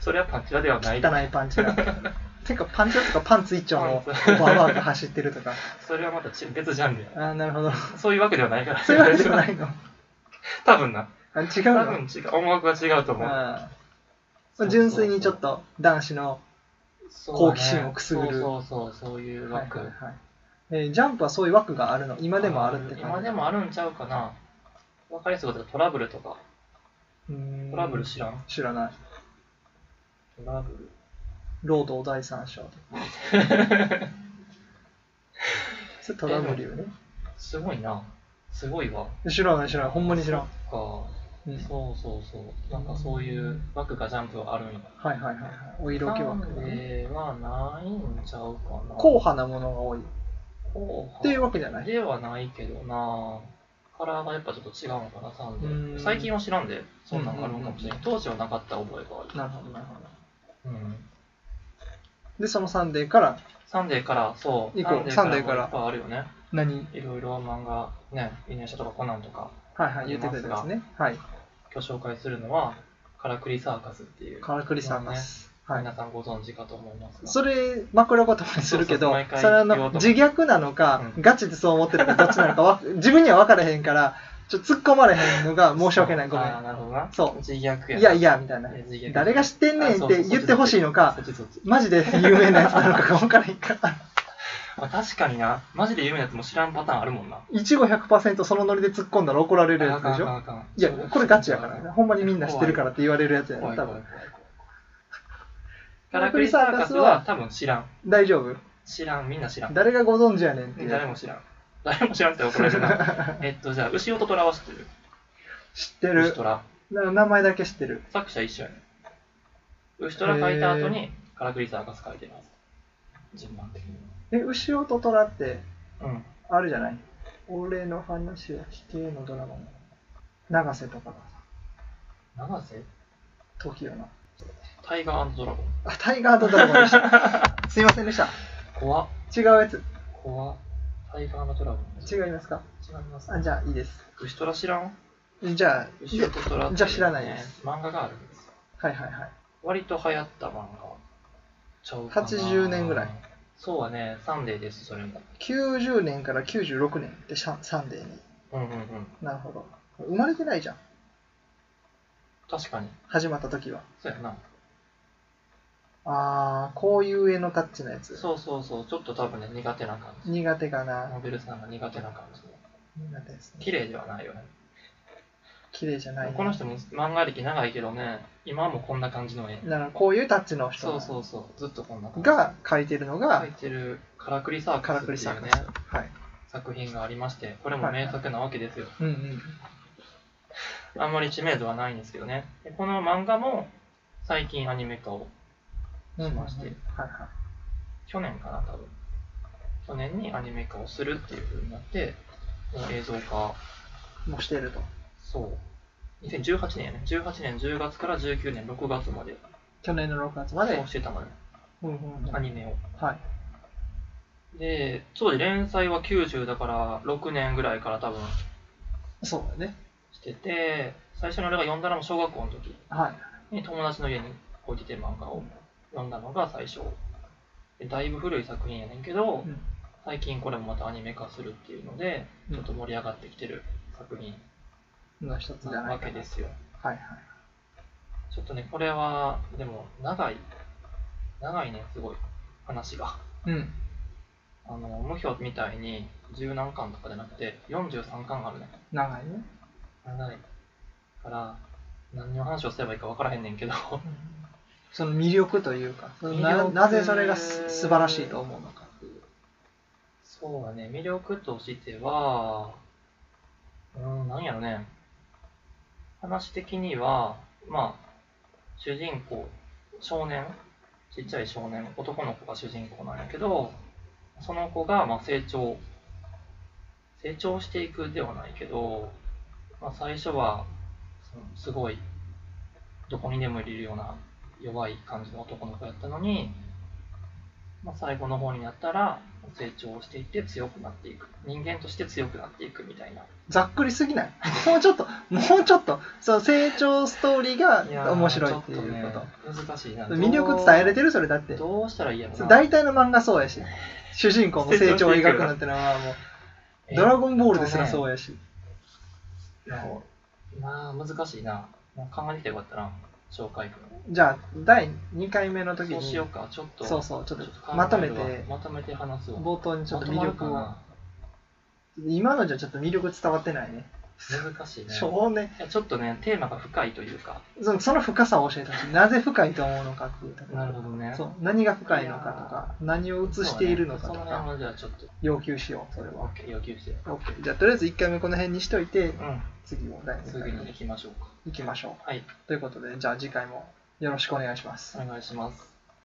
S2: それはパンチラではない。
S1: 汚いパンチラてかパンチラとかパンツ一丁の
S2: パン
S1: ババアが走ってるとか
S2: それはまたち別ジャンルや。
S1: あーなるほ ど
S2: そういうわけではないから、
S1: そういうわけではないの
S2: 多分な。
S1: あ違う
S2: 多
S1: の
S2: 分違う。音楽が違うと思う。
S1: あー純粋にちょっと男子の
S2: そうだね
S1: 好奇心をくすぐる
S2: そうそうそう、そういう
S1: はい
S2: 枠。
S1: はいはいえージャンプはそういう枠があるの今でもあるって感じ
S2: 今でもあるんちゃうかな。わかりやすいことだとトラブルとか。
S1: うーん
S2: トラブル知らん
S1: 知らない
S2: トラブル。
S1: 労働第三 章とかそれトラブルよね
S2: すごいな。すごいわ。
S1: 知らない知らないほんまに知らん、
S2: そっか。
S1: うん、
S2: そうそうそう。なんかそういう枠がジャンプはあるんや。
S1: はいはいはいはいお色気枠
S2: ジャンプ
S1: ね
S2: ではないんちゃうかな。
S1: 硬派なものが多いっ
S2: 後半
S1: ていうわけじゃない
S2: ではないけどなカラーがやっぱちょっと違うのかな、サンデ
S1: う
S2: ー
S1: ん
S2: 最近は知らんで、そんなんあるのかもしれない。当時はなかった覚えがある。
S1: なるほどなるほど
S2: うん
S1: でそのサンデーから
S2: サンデーから、そう、
S1: 行こう
S2: やっぱあるよね。
S1: 何
S2: いろいろ漫画、ね、犬やしとかコナンとか、
S1: はいはい言ってたやつねはい
S2: 今日紹介するのは、カラクリサーカスっていう、
S1: カラクリサーカス、はい
S2: 皆さんご存知かと思いますが。
S1: それ枕言葉にするけど
S2: そうそう毎回
S1: それあ
S2: 言おう
S1: の
S2: と思う
S1: 自虐なのか、
S2: うん
S1: ガチでそう思ってるかどっちなのかわ自分には分からへんからちょっと突っ込まれへんのが申し訳ないごめ
S2: あー
S1: ん
S2: なるほどな。
S1: そう
S2: 自虐や。
S1: いやいやみたいな
S2: え自虐
S1: 誰が知ってんねんって言ってほしいのか
S2: そっちそっち。
S1: マジで有名なやつなのかが分からへんから
S2: まあ、確かにな、マジで有名なやつも知らんパターンあるもんな。
S1: いちご100%そのノリで突っ込んだら怒られるやつでし
S2: あかん
S1: ょ
S2: あかんあかん
S1: いやこれガチやからねほんまにみんな知ってるからって言われるやつや
S2: 怖
S1: ね
S2: い
S1: 多
S2: 怖い怖い
S1: 分
S2: 怖い。カラクリサーカスは多分知らん。
S1: 大丈夫
S2: 知らん、みんな知らん。
S1: 誰がご存知やねんっていう
S2: 誰も知らん。誰も知らんって怒られるな。えっと、じゃあ、牛音虎は知ってる。
S1: 知って
S2: 牛
S1: る
S2: 虎。
S1: 名前だけ知ってる
S2: 作者一緒やねん。牛虎書いた後に、カラクリサーカス書いてます。順番的に。
S1: え牛音虎って
S2: うん。
S1: あるじゃない俺の話は否定のドラマの長瀬とかが
S2: 長瀬
S1: 時よな
S2: タイガードラゴン。
S1: あタイガードドラゴンでした すいませんでした
S2: 怖っ。
S1: 違うやつ
S2: 怖っ。タイガードラゴン。
S1: 違いますか
S2: 違います。
S1: あじゃあいいです
S2: 牛虎知らん
S1: じゃあ
S2: 牛虎虎ってうね
S1: じゃあ知らないです
S2: 漫画があるんですよ
S1: はいはいはい
S2: 割と流行った漫画ちゃうな
S1: 80年ぐらい
S2: そうはねサンデーですそれも
S1: 90年から96年ってシャンサンデーに
S2: うんうんうん
S1: なるほど生まれてないじゃん
S2: 確かに
S1: 始まった時は
S2: そうやな
S1: あーこういう絵のタッチのやつ
S2: そうそうそうちょっと多分ね苦手な感じ
S1: 苦手かな
S2: ノベルさんが苦手な感じの
S1: 苦手ですね
S2: 綺麗ではないよね
S1: 綺麗じゃない
S2: この人も漫画歴長いけどね今もこんな感じの絵
S1: ならこういうタッチの人
S2: そうそうそうずっとこんな感じ
S1: が描いてるのが
S2: 描いてるカラクリサー
S1: カ
S2: カ
S1: ラ
S2: ス
S1: クリサ
S2: っ
S1: ー
S2: てい
S1: カ
S2: うね
S1: スはい
S2: 作品がありましてこれも名作なわけですよ
S1: うんうん
S2: あんまり知名度はないんですけどね。でこの漫画も最近アニメ化を、
S1: うん
S2: しまし
S1: う
S2: て
S1: んはいは
S2: 去年かな、多分。去年にアニメ化をするっていう風になって、もう映像化、
S1: い、もうしていると
S2: そう。2018年やね。18年10月から19年6月まで、
S1: 去年の6月まで
S2: そうしてたのよ。
S1: うんうんうん
S2: ア
S1: はい
S2: ニメを。で、当時連載は90だから6年ぐらいから多分
S1: そうだね
S2: してて、最初に俺が読んだのも小学校の時
S1: はい
S2: に友達の家に置いてて漫画を読んだのが最初。でだいぶ古い作品やねんけど、
S1: うん
S2: 最近これもまたアニメ化するっていうので、
S1: うん
S2: ちょっと盛り上がってきてる作品
S1: の一つじ
S2: な
S1: ゃな
S2: わ
S1: いか
S2: け
S1: な
S2: ですよ。
S1: はいはい
S2: ちょっとね、これは、でも、長い、長いね、すごい、話が。
S1: うん
S2: あの、無表みたいに、十何巻とかじゃなくて、43巻あるね。
S1: 長いね
S2: 長い。から、何の話をすればいいか分からへんねんけど、
S1: その魅力というかその
S2: 魅
S1: な
S2: 力
S1: なぜそれがす素晴らしいと思うのかっていう
S2: そうだね、魅力としては、うーん、なんやろね。話的には、まあ、主人公、少年、ちっちゃい少年、男の子が主人公なんやけど、その子がまあ成長、成長していくではないけど、まあ、最初は、そのすごい、どこにでもいるような弱い感じの男の子やったのに、まあ、最後の方になったら成長していって強くなっていく人間として強くなっていくみたいな
S1: ざっくりすぎない もうちょっともうちょっとその成長ストーリーが面白いっていう
S2: ちょっ
S1: こと
S2: ね難しいな
S1: 魅力伝えれて
S2: る
S1: るそれだって
S2: どうしたらいいやろ
S1: そう
S2: な
S1: 大体の漫画そうやし主人公の成長を描くなんてのはもう「ドラ
S2: ン
S1: ゴンボール」ですらそうやし、
S2: まあ難しいなもう考えてよかったな紹介
S1: じゃあ第2回目の時
S2: そう
S1: に
S2: しようかちょっと
S1: そうそうちょっ
S2: ちょっと考
S1: と
S2: えるわ
S1: まとめて
S2: まとめて話すわ
S1: 冒頭にちょっと
S2: ま
S1: 魅
S2: まるか
S1: 力を
S2: な
S1: 今のじゃちょっと魅力伝わってないね
S2: 難しいね
S1: 少年
S2: いやちょっとねテーマが深いというか
S1: そのその深さを教えてほしいなぜ深いと思うのかっていうところ
S2: なるほどね
S1: そう何が深いのかとか何を映しているのかと
S2: そうね
S1: か、
S2: その辺はじゃあちょっと
S1: 要求しようそれは
S2: OK 要求して
S1: OK じゃあとりあえず1回目この辺にしといて
S2: う
S1: 次を第
S2: ん
S1: 2
S2: 次
S1: 回
S2: に
S1: に
S2: 行きましょうか
S1: 行きましょう
S2: はい
S1: ということでじゃあ次回もよろしくお願いします
S2: お願いします